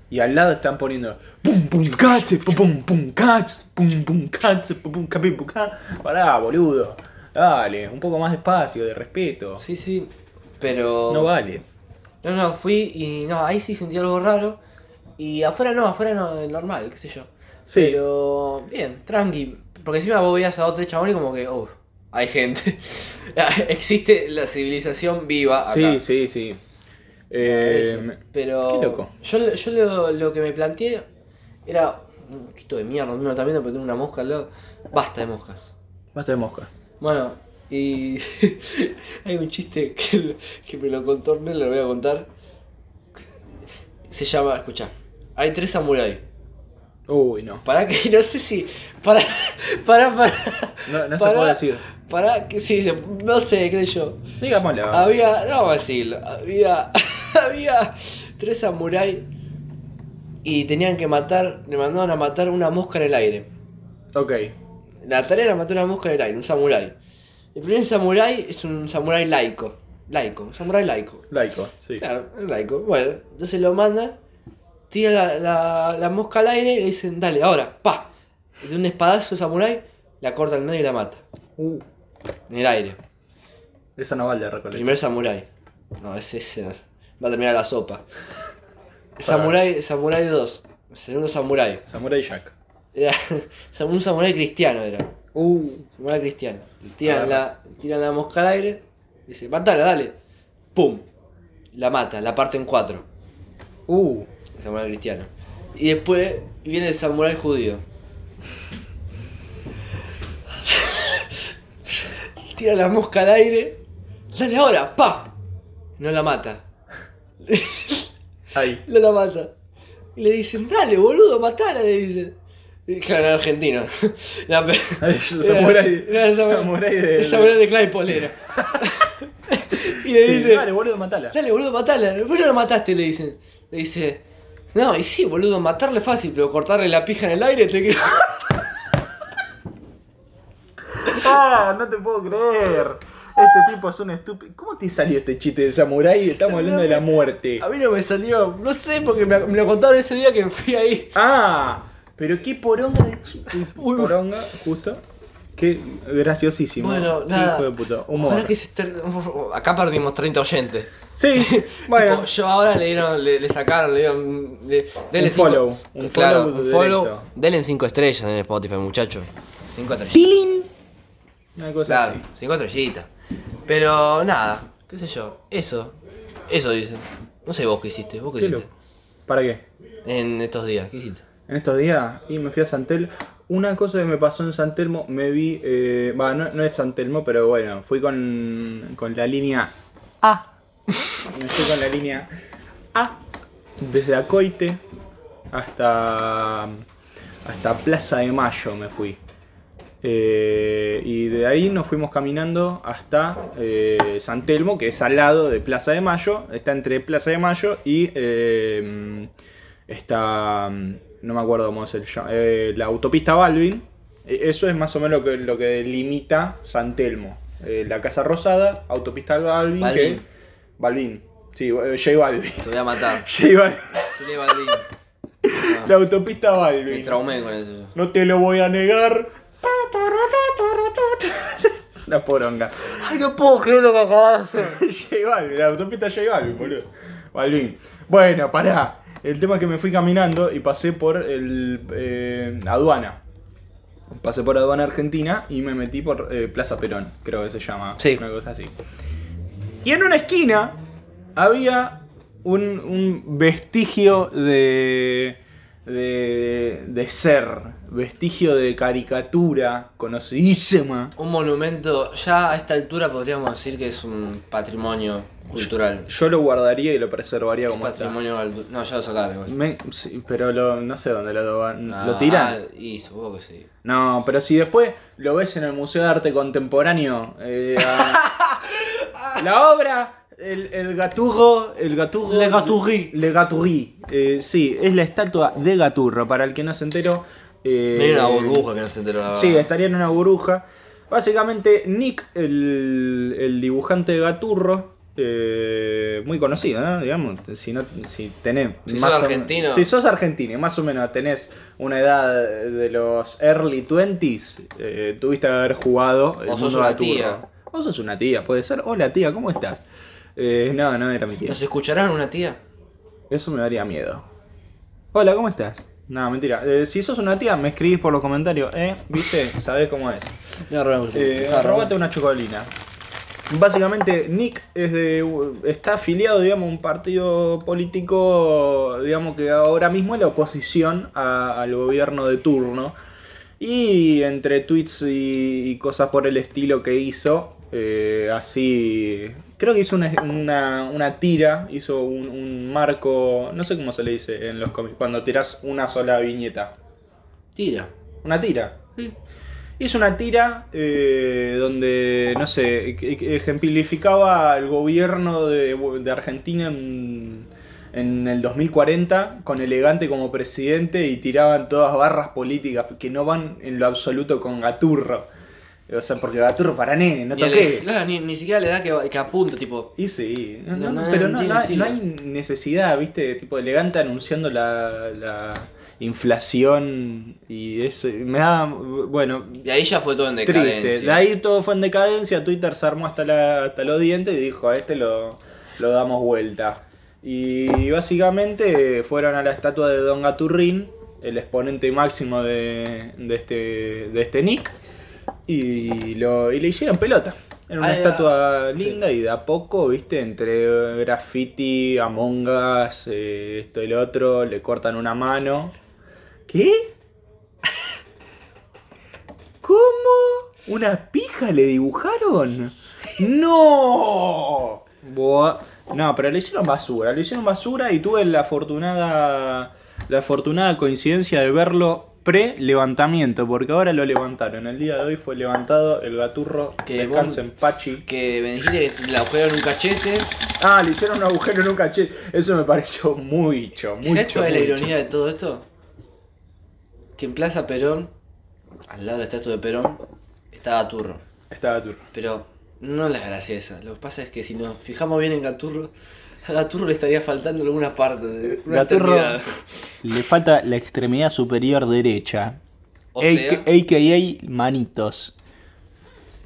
Y al lado están poniendo pum pum cats, pum pum pum cats, pum pum cats, pum pum capi, pum, ca. Pará, boludo. Dale, un poco más de espacio, de respeto. Sí, sí. Pero. No vale. No, no, fui y no, ahí sí sentí algo raro. Y afuera no, afuera no, normal, qué sé yo. Sí. Pero. Bien, tranqui. Porque encima vos veías a otro chabón y como que, uff, hay gente. [LAUGHS] Existe la civilización viva acá. Sí, sí, sí. Eso, Eh, pero qué loco. yo, yo lo, lo que me planteé era un poquito de mierda, uno también porque tengo una mosca al lado. Basta de moscas. basta de mosca. Bueno, y [LAUGHS] hay un chiste que, lo- que me lo contorne, lo voy a contar. Se llama, escucha, hay tres samuráis. Uy, no. Para que no sé si para [LAUGHS] para para No, no se Pará. puede decir. para que sí, se- no sé, qué sé yo. Digámoslo. Había, no vamos a decirlo, había, [LAUGHS] había tres samuráis y tenían que matar, le mandaban a matar una mosca en el aire. Ok. La tarea era matar una mosca en el aire, un samurái. El primer samurái es un samurái laico, laico, un samurái laico. Laico, sí. Claro, un laico. Bueno, entonces lo mandan, tira la, la- la mosca al aire y le dicen, dale, ahora, pa. Y de un espadazo samurái la corta al medio y la mata Uh, en el aire. Esa no vale Recoleta. Primer Samurai. No, ese, ese no. va a terminar la sopa. Samurai, Samurai 2. Segundo Samurai. Samurai Jack. Era, [LAUGHS] un Samurai cristiano era. Uh, Samurai cristiano. Le Tiran la, tiran la mosca al aire. Dice, matala, dale. Pum. La mata, la parte en cuatro. uh. El Samurai cristiano. Y después viene el Samurai judío. [LAUGHS] Tira la mosca al aire. Dale ahora, pa. No la mata. Ahí. No la mata. Y le dicen, dale, boludo, matala, le dicen. Y Claro, era [LAUGHS] argentino. No, pero- [LAUGHS] Ahí, Samurai. era el samurai- Samurai de. el samurai de Claypole [LAUGHS] era. y le Sí, dice, Dale, boludo, matala. dale, boludo, matala. Vos no la mataste, le dicen. Le dice, no, y sí, boludo, matarle es fácil, pero cortarle la pija en el aire te queda. Ah, no te puedo creer. Este tipo es un estúpido. ¿Cómo te salió este chiste de Samurai? Estamos hablando de la muerte. [LAUGHS] A mí no me salió, no sé, porque me, me lo contaron ese día que fui ahí. Ah, pero qué poronga de. [LAUGHS] Uy, poronga, justo. Qué graciosísimo. Bueno, Qué nada. Hijo de puta. Humor. Ojalá que se estén- Acá perdimos 30 oyentes. [LAUGHS] Sí, bueno. Tipo, yo ahora le dieron, le, le sacaron, le dieron. le- denle Un follow, un claro, follow un follow. directo. Denle 5 estrellas en Spotify, muchachos. 5 estrellitas. Tilín. Una cosa Claro, así. 5 estrellitas. Pero nada, qué sé yo. Eso. Eso dicen. No sé vos qué hiciste, vos qué, Qué hiciste. loco. ¿Para qué? En estos días, ¿qué hiciste? En estos días, y me fui a San Telmo. Una cosa que me pasó en San Telmo, me vi. eh, Va, no, no es San Telmo, pero bueno, fui con, con la línea A. Me fui con la línea A. Desde Acoite hasta. hasta Plaza de Mayo me fui. Eh, y de ahí nos fuimos caminando hasta eh, San Telmo, que es al lado de Plaza de Mayo. Está entre Plaza de Mayo y eh, está. No me acuerdo cómo es el llam- eh, la autopista Balvin. Eh, Eso es más o menos lo que, lo que delimita San Telmo. Eh, la Casa Rosada, autopista Balvin. que- Balvin. Balvin. Sí, eh, J Balvin. [LAUGHS] Te voy a matar. J Balvin. Se le va el link. Ah, La autopista me Balvin. traumé con eso. No te lo voy a negar. Una poronga. Ay, no puedo creer lo que acabas de hacer. [LAUGHS] J Balvin, la autopista J Balvin, boludo. Balvin. Bueno, pará. El tema es que me fui caminando y pasé por el eh, aduana. Pasé por aduana argentina y me metí por eh, Plaza Perón, creo que se llama. Sí. Una cosa así. Y en una esquina había un, un vestigio de, de. de ser. Vestigio de caricatura conocidísima. Un monumento, ya a esta altura podríamos decir que es un patrimonio cultural. Yo lo guardaría y lo preservaría como está. patrimonio altu- No, ya lo sacaron igual. Me- sí, pero lo- no sé dónde lo, van- Ah, lo tiran. ah, y supongo que sí. No, pero si después lo ves en el Museo de Arte Contemporáneo, eh, [LAUGHS] a- la obra, el, el gatugo, el gatugo... Le Gaturri. Le Gaturri. Eh, sí, es la estatua de Gaturro, para el que no se enteró. eh, Mira una burbuja que no se enteró la Sí, verdad. estaría en una burbuja. Básicamente, Nick, el, el dibujante de Gaturro, eh, muy conocido, ¿no? Digamos, si, no, si tenés... Si sos o men- argentino. Si sos argentino y más o menos tenés una edad de los early 20s, eh, tuviste que haber jugado el O sos mundo una Gaturro. tía. O sos una tía, puede ser. Hola tía, ¿cómo estás? Eh, no, no era mi tía. ¿Nos escucharán una tía? Eso me daría miedo. Hola, ¿cómo estás? No, mentira. Eh, si sos una tía, me escribís por los comentarios, ¿eh? ¿Viste? Sabés cómo es. No, robamos. Eh, robate una chocolina. Básicamente, Nick es de- está afiliado, digamos, a un partido político, digamos, que ahora mismo es la oposición a- al gobierno de turno. Y entre tweets y, y cosas por el estilo que hizo, eh, así. Creo que hizo una, una- una tira, hizo un, un marco, no sé cómo se le dice en los cómics, cuando tiras una sola viñeta. Tira. Una tira. Hizo una tira eh, donde, no sé, e- e- ejemplificaba el gobierno de, de Argentina en, en el 2040 con Elegante como presidente y tiraban todas barras políticas que no van en lo absoluto con Gaturro. O sea, porque Gaturro para nene, no Ni, el- toqué. claro, ni, ni siquiera le da que, que apunta, tipo. Y sí, no, No, no, no, pero no no, tiene no hay- estilo. no hay necesidad, viste, tipo Elegante anunciando la, la- inflación y eso. y Me da. Bueno, Y ahí ya fue todo en decadencia. triste. De ahí todo fue en decadencia. Twitter se armó hasta, la- hasta los dientes y dijo: A este lo, lo damos vuelta. Y básicamente fueron a la estatua de Don Gaturrín, el exponente máximo de, de este, de este Nick, y, lo, y le hicieron pelota. Era una Ahí va. estatua linda y de a poco, viste, entre graffiti, Among Us, eh, esto y lo otro, le cortan una mano. ¿Qué? ¿Cómo? ¿Una pija le dibujaron? ¡No! Buah. No, pero le hicieron basura, le hicieron basura y tuve la afortunada, la afortunada coincidencia de verlo pre-levantamiento, porque ahora lo levantaron. El día de hoy fue levantado el gaturro, Que descansa vos- en Pachi. Que me dijiste que le agujeron un cachete. Ah, le hicieron un agujero en un cachete. Eso me pareció mucho, mucho. ¿Sabes cuál es la mucho. ironía de todo esto? Que en Plaza Perón, al lado de la estatua de Perón, está Gaturro. Está Gaturro. Pero no la gracia esa. Lo que pasa es que si nos fijamos bien en Gaturro, a Gaturro le estaría faltando en alguna parte. de- una Gaturro extremidad. le falta la extremidad superior derecha. O sea, AKA manitos.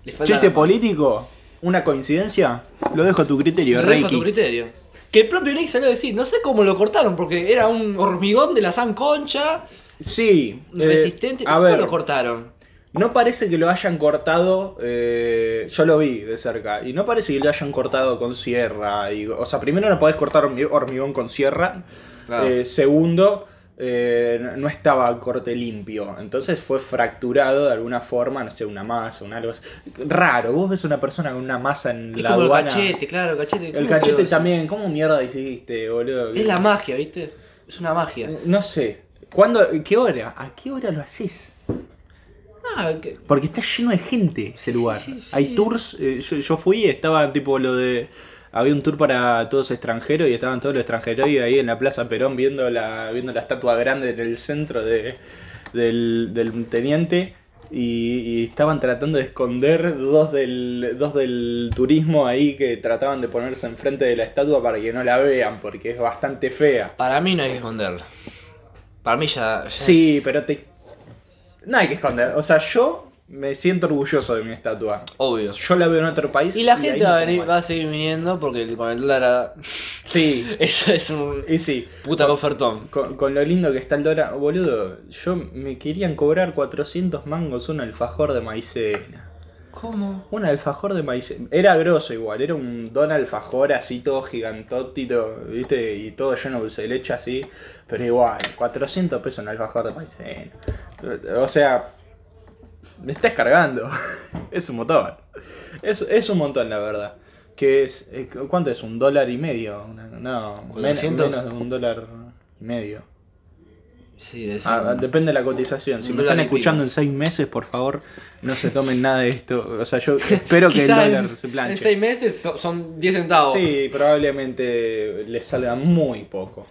le falta Chiste la mano. político, una coincidencia, lo dejo a tu criterio, Lo dejo a tu Reiki. criterio. Que el propio Nick salió a decir, no sé cómo lo cortaron, porque era un hormigón de la San Concha, Sí, eh, resistente. a ¿Cómo ver, lo cortaron? no parece que lo hayan cortado. eh, yo lo vi de cerca y no parece que lo hayan cortado con sierra. y- o sea, primero no podés cortar hormi- hormigón con sierra. Claro. eh, segundo, eh, no- no estaba a corte limpio. Entonces fue fracturado de alguna forma, no sé, una masa, un algo. así. Raro, vos ves una persona con una masa en Es la como el aduana. cachete, claro, el cachete. El ¿cómo quedó cachete eso? también, ¿cómo mierda hiciste, boludo? Es la magia, ¿viste? Es una magia. No sé. ¿Cuándo? ¿Qué hora? ¿A qué hora lo haces? Ah, que- Porque está lleno de gente ese lugar. sí, sí. Hay tours. eh, yo, yo fui y estaban tipo lo de. Había un tour para todos extranjeros y estaban todos los extranjeros y ahí en la Plaza Perón viendo la, viendo la estatua grande en el centro de, del, del teniente. Y, y estaban tratando de esconder dos del, dos del turismo ahí que trataban de ponerse enfrente de la estatua para que no la vean, porque es bastante fea. Para mí no hay que esconderlo. Para mí ya. ya Sí, es- pero te. No hay que esconder. O sea, yo me siento orgulloso de mi estatua. Obvio. Yo la veo en otro país. Y la ahí gente va no a, como venir- mal. va a seguir viniendo porque el- con el dólar. a- [LAUGHS] Sí, Eso es un. y sí. Puta ofertón. Con, con lo lindo que está el dólar, boludo, yo me querían cobrar 400 mangos un alfajor de maicena. ¿Cómo? Un alfajor de maicena. Era grosso igual, era un don alfajor así todo gigantotito, ¿viste? Y todo lleno de dulce de leche así. Pero igual, 400 pesos un alfajor de maicena. O sea, me estás cargando. [LAUGHS] es un montón. Es, es un montón, la verdad. Que es, eh, ¿Cuánto es? ¿Un dólar y medio? Una- No, men- 400? menos de un dólar y medio. Sí, es Ah, un- depende de la cotización. Si Un me dólar están y pico. escuchando en seis meses, por favor, no se tomen nada de esto. O [LAUGHS] sea, yo espero que el Quizá en- dólar se planche. En seis meses so- son 10 centavos. Sí, probablemente les salga muy poco.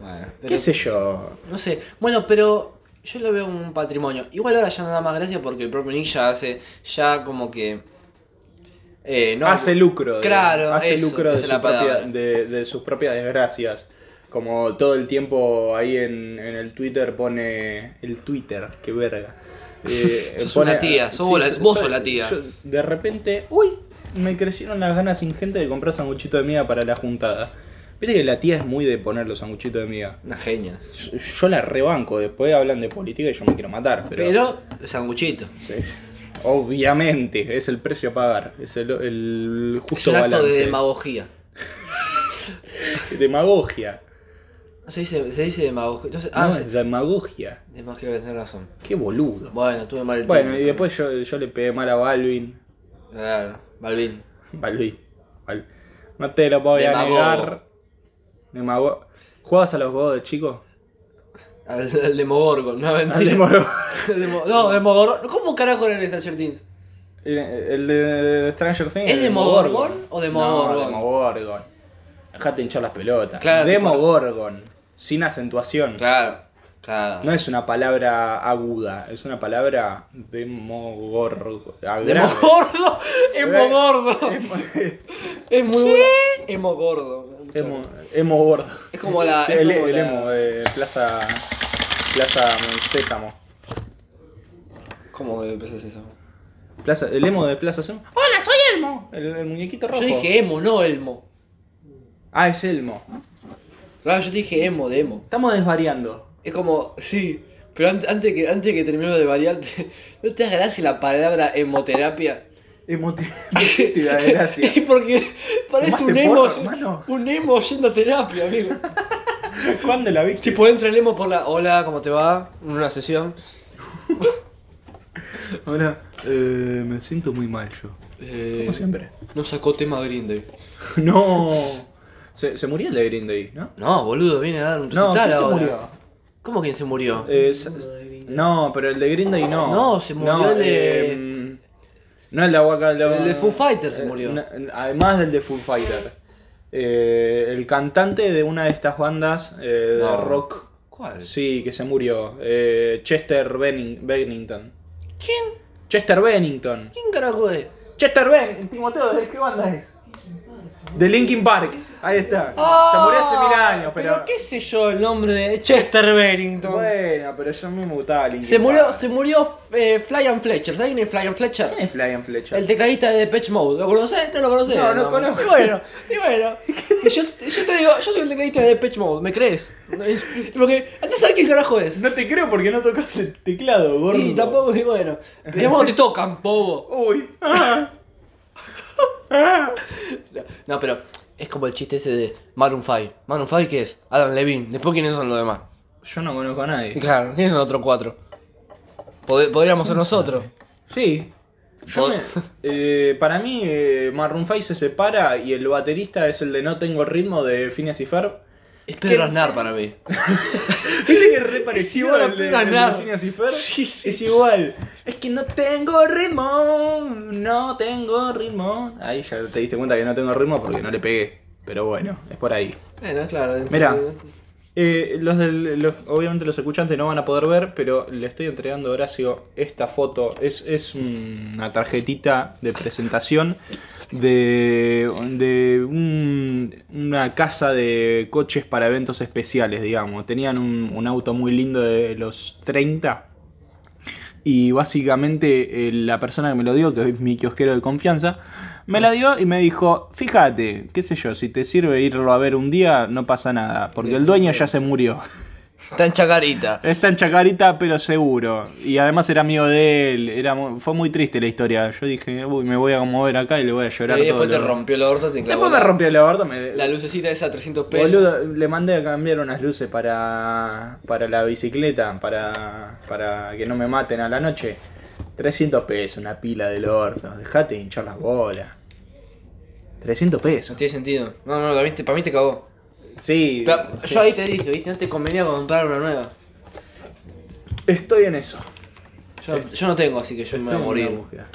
Bueno, ¿Qué pero- sé yo? No sé. Bueno, pero yo lo veo como un patrimonio. Igual ahora ya no da más gracia porque el propio Nick ya hace. Ya como que. Eh, no. hace lucro. de- Claro, hace eso, lucro de, esa su es la propia- palabra. de- de sus propias desgracias. Como todo el tiempo ahí en, en el Twitter pone. El Twitter, qué verga. Eh, [LAUGHS] Sos una tía, sos vos la- vos sos la tía. de repente, uy, me crecieron las ganas ingentes de comprar sanguchito de miga para la juntada. Viste que la tía es muy de poner los sanguchitos de miga. Una genia. Yo, yo la rebanco, después hablan de política y yo me quiero matar. Pero, Pero, sanguchito. Sí, sí. Obviamente, es el precio a pagar, es el, el Es justo un acto balance. de demagogía. Demagogia. No, Se dice, se dice demagogia. Entonces, ah, no, se- es demagogia. demagogia, que tenés razón. Qué boludo. Bueno, tuve mal el Bueno, tiempo. y después yo, yo le pegué mal a Balvin. Claro, Balvin. Balvin. Bal- No te lo voy a Demagogo. negar. Demago... ¿Jugabas a los godos, chico? Al, al Demogorgon, no Al mentira. Demogorgon. [LAUGHS] Al Demo- no, Demogorgon. ¿Cómo carajo era el Stranger Things? El, el de Stranger Things. ¿Es el Demogorgon o No, Demogorgon? Demogorgon. Dejate hinchar las pelotas. Claro, Demogorgon. Sin acentuación. Claro, claro. Ah. No es una palabra aguda, es una palabra demogorgo. ah, grave. Demogordo, hemogordo. Emo- Es muy bueno. Hemogordo. Emo, emo gordo. Ah, Es como la. Es El, eh. como el la- emo de Plaza. Plaza Sésamo. ¿Cómo que empezás eso? Plaza, el emo de Plaza Sésamo. ¡Hola, soy Elmo! El, el muñequito rojo. Yo e- dije emo, no elmo. Ah, es Elmo. Claro, yo te dije emo de emo. Estamos desvariando. Es como, sí, pero an- antes que, antes que terminemos de variarte, [LAUGHS] ¿no te das gracia la palabra hemoterapia? [LAUGHS] Emotividad de [LAUGHS] gracia. [LAUGHS] Y porque parece ¿Fumaste un emo, porro, hermano? un emo yendo a terapia, amigo. [LAUGHS] ¿Cuándo la viste? tipo, entra el emo por la, hola, ¿cómo te va? En una sesión. Hola, eh, me siento muy mal yo. Eh, Como siempre. no sacó tema Green Day. [LAUGHS] No. Se, se murió el de Green Day, ¿no? No, boludo, viene a dar un No, recital ¿quién se ahora. murió? ¿Cómo quien se murió? Eh, sa- no, pero el de Green Day no. No, se murió el de- em, no el de Aguacalo. El de Foo Fighters se murió. además del de Foo Fighter. Eh, el cantante de una de estas bandas eh, de No. rock. ¿Cuál? Sí, que se murió. Eh, Chester Benning- Bennington. ¿Quién? Chester Bennington. ¿Quién carajo es? Chester Ben, Timoteo, ¿de qué banda es? De Linkin Park. Ahí está. se murió hace Ah, mil años, pero. qué sé yo el nombre de Chester Bennington. Bueno, pero yo a mí me gustaba Linkin se murió, Park. se murió eh, Fly and Fletcher. ¿Sabes quién es Fly and Fletcher? ¿Quién es Flying Fletcher? El tecladista de Depeche Mode, ¿lo conocés? No lo conocés. No, no conozco. Y bueno, y bueno. que yo, yo te digo, yo soy el tecladista de Depeche Mode, ¿me crees? Porque, antes sabes qué carajo es. No te creo porque no tocas el teclado, gordo. y tampoco, y [LAUGHS] bueno. Pero vos no te tocan, bobo. Uy. Ah. No, pero es como el chiste ese de Maroon 5. ¿Maroon 5 qué es? Adam Levine. Después, ¿quiénes son los demás? Yo no conozco a Y nadie. Claro, ¿quiénes son los otros cuatro? Pod- podríamos ser nosotros. Sí. Yo me- eh, para mí, eh, Maroon 5 se separa y el baterista es el de No Tengo Ritmo de Phineas y Ferb. Es Pedro Aznar para mí. ¿Viste que [LAUGHS] es re parecido igual a al de, Pedro al de Aznar. Phineas y Ferb? Sí, sí. Es igual. Es que no tengo ritmo. No tengo ritmo. Ahí ya te diste cuenta que no tengo ritmo porque no le pegué. Pero bueno, es por ahí. Bueno, claro. en Mirá. serio. Eh, los del- los- obviamente los escuchantes no van a poder ver, pero le estoy entregando a Horacio esta foto. Es, es una tarjetita de presentación de, de un- una casa de coches para eventos especiales, digamos. Tenían un, un auto muy lindo de los 30. Y básicamente eh, la persona que me lo dio, que es mi kiosquero de confianza, me la dio y me dijo, fíjate, qué sé yo, si te sirve irlo a ver un día, no pasa nada, porque el dueño ya se murió. Está en Chacarita. Está en Chacarita, pero seguro. Y además era amigo de él, era, mu- fue muy triste la historia. Yo dije, uy, me voy a mover acá y le voy a llorar. Y después todo te lo- rompió el orto, te clavó Después me la- rompió el aborto, me... La lucecita esa a 300 pesos. Boludo, le mandé a cambiar unas luces para, para la bicicleta, para, para que no me maten a la noche. 300 pesos, una pila del orto. Dejate de hinchar las bolas. 300 No pesos. tiene sentido. No, no, para mí te, para mí te cagó. Sí, Pero sí. yo ahí te dije, ¿viste? No te convenía comprar una nueva. estoy en eso. Yo, yo no tengo, así que yo me voy a Este. Estoy en morir. una búsqueda.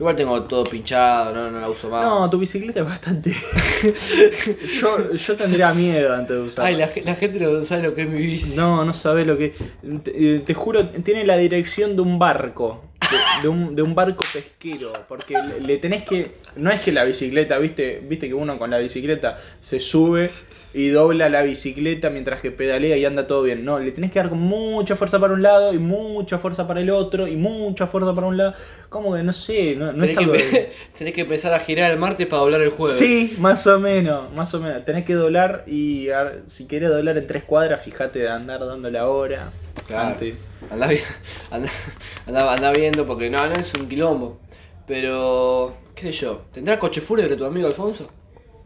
Igual tengo todo pinchado, no, no la uso más. No, tu bicicleta es bastante. Ah. [LAUGHS] yo, yo tendría miedo antes de usarla. Ay, la, ge- la gente no sabe lo que es mi bici. No, no sabes lo que. Te, eh, te juro, tiene la dirección de un barco. De, de un, de un barco pesquero. Porque le, le tenés que. No es que la bicicleta, viste, viste que uno con la bicicleta se sube y dobla la bicicleta mientras que pedalea y anda todo bien. No, le tenés que dar con mucha fuerza para un lado y mucha fuerza para el otro y mucha fuerza para un lado. Como que no sé, no, no es tenés, que, algo. empe- [LAUGHS] tenés que empezar a girar el martes para doblar el jueves. Sí, más o menos, más o menos. Tenés que doblar y ar- si querés doblar en tres cuadras, fíjate de andar dando la hora. Claro. Antes. Andá, vi- [LAUGHS] andá- andá- andá viendo porque no, no es un quilombo. Pero, qué sé yo, ¿tendrás coche fúnebre tu amigo Alfonso?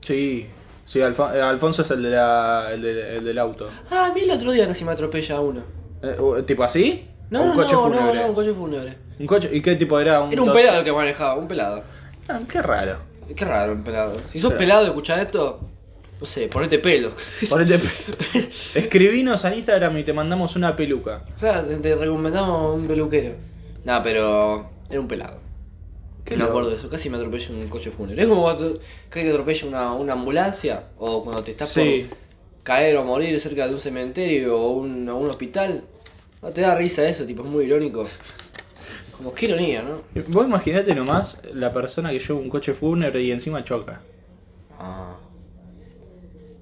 Sí, sí, Alfon- eh, Alfonso es el, de la- el de- el del auto. Ah, a mí el otro día casi me atropella uno. Eh, o- ¿Tipo así? No, ¿Un no, coche no, fúnebre? no, no, un coche fúnebre. ¿Un coche? ¿Y qué tipo era? Era un dos- pelado el que manejaba, un pelado. Ah, qué raro. Qué raro un pelado. Si sos Claro. pelado y escuchás esto, no sé, ponete pelo. [LAUGHS] Ponete- [LAUGHS] Escribinos a Instagram y te mandamos una peluca. Claro, te- te recomendamos un peluquero. No, pero era un pelado. Qué me loco. acuerdo de eso, casi me atropella un coche fúnebre. Es como cuando casi te atropella una, una ambulancia o cuando te estás Sí. por caer o morir cerca de un cementerio o un, o un hospital. No te da risa eso, tipo, es muy irónico. Como qué ironía, ¿no? Vos imaginate nomás la persona que lleva un coche fúnebre y encima choca. Ah.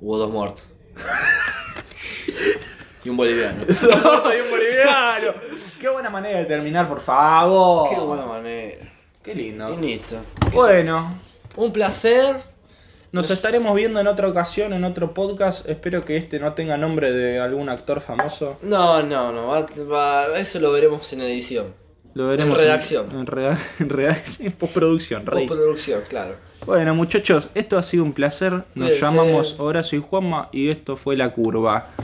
Hubo dos muertos. [LAUGHS] y un [LAUGHS] boliviano. [LAUGHS] ¡Soy un boliviano! ¡Qué buena manera de terminar, por favor! Oh, Qué buena manera. Qué lindo. Y listo. Bueno, Un placer. nos estaremos viendo en otra ocasión, en otro podcast. Espero que este no tenga nombre de algún actor famoso. No, no, no. va- va- eso lo veremos en edición. Lo veremos en- redacción. En, reda- [LAUGHS] en redacción, en postproducción, rey. Postproducción, claro. Bueno, muchachos, esto ha sido un placer. Nos Cuídense. llamamos Horacio y Juanma y esto fue La Curva.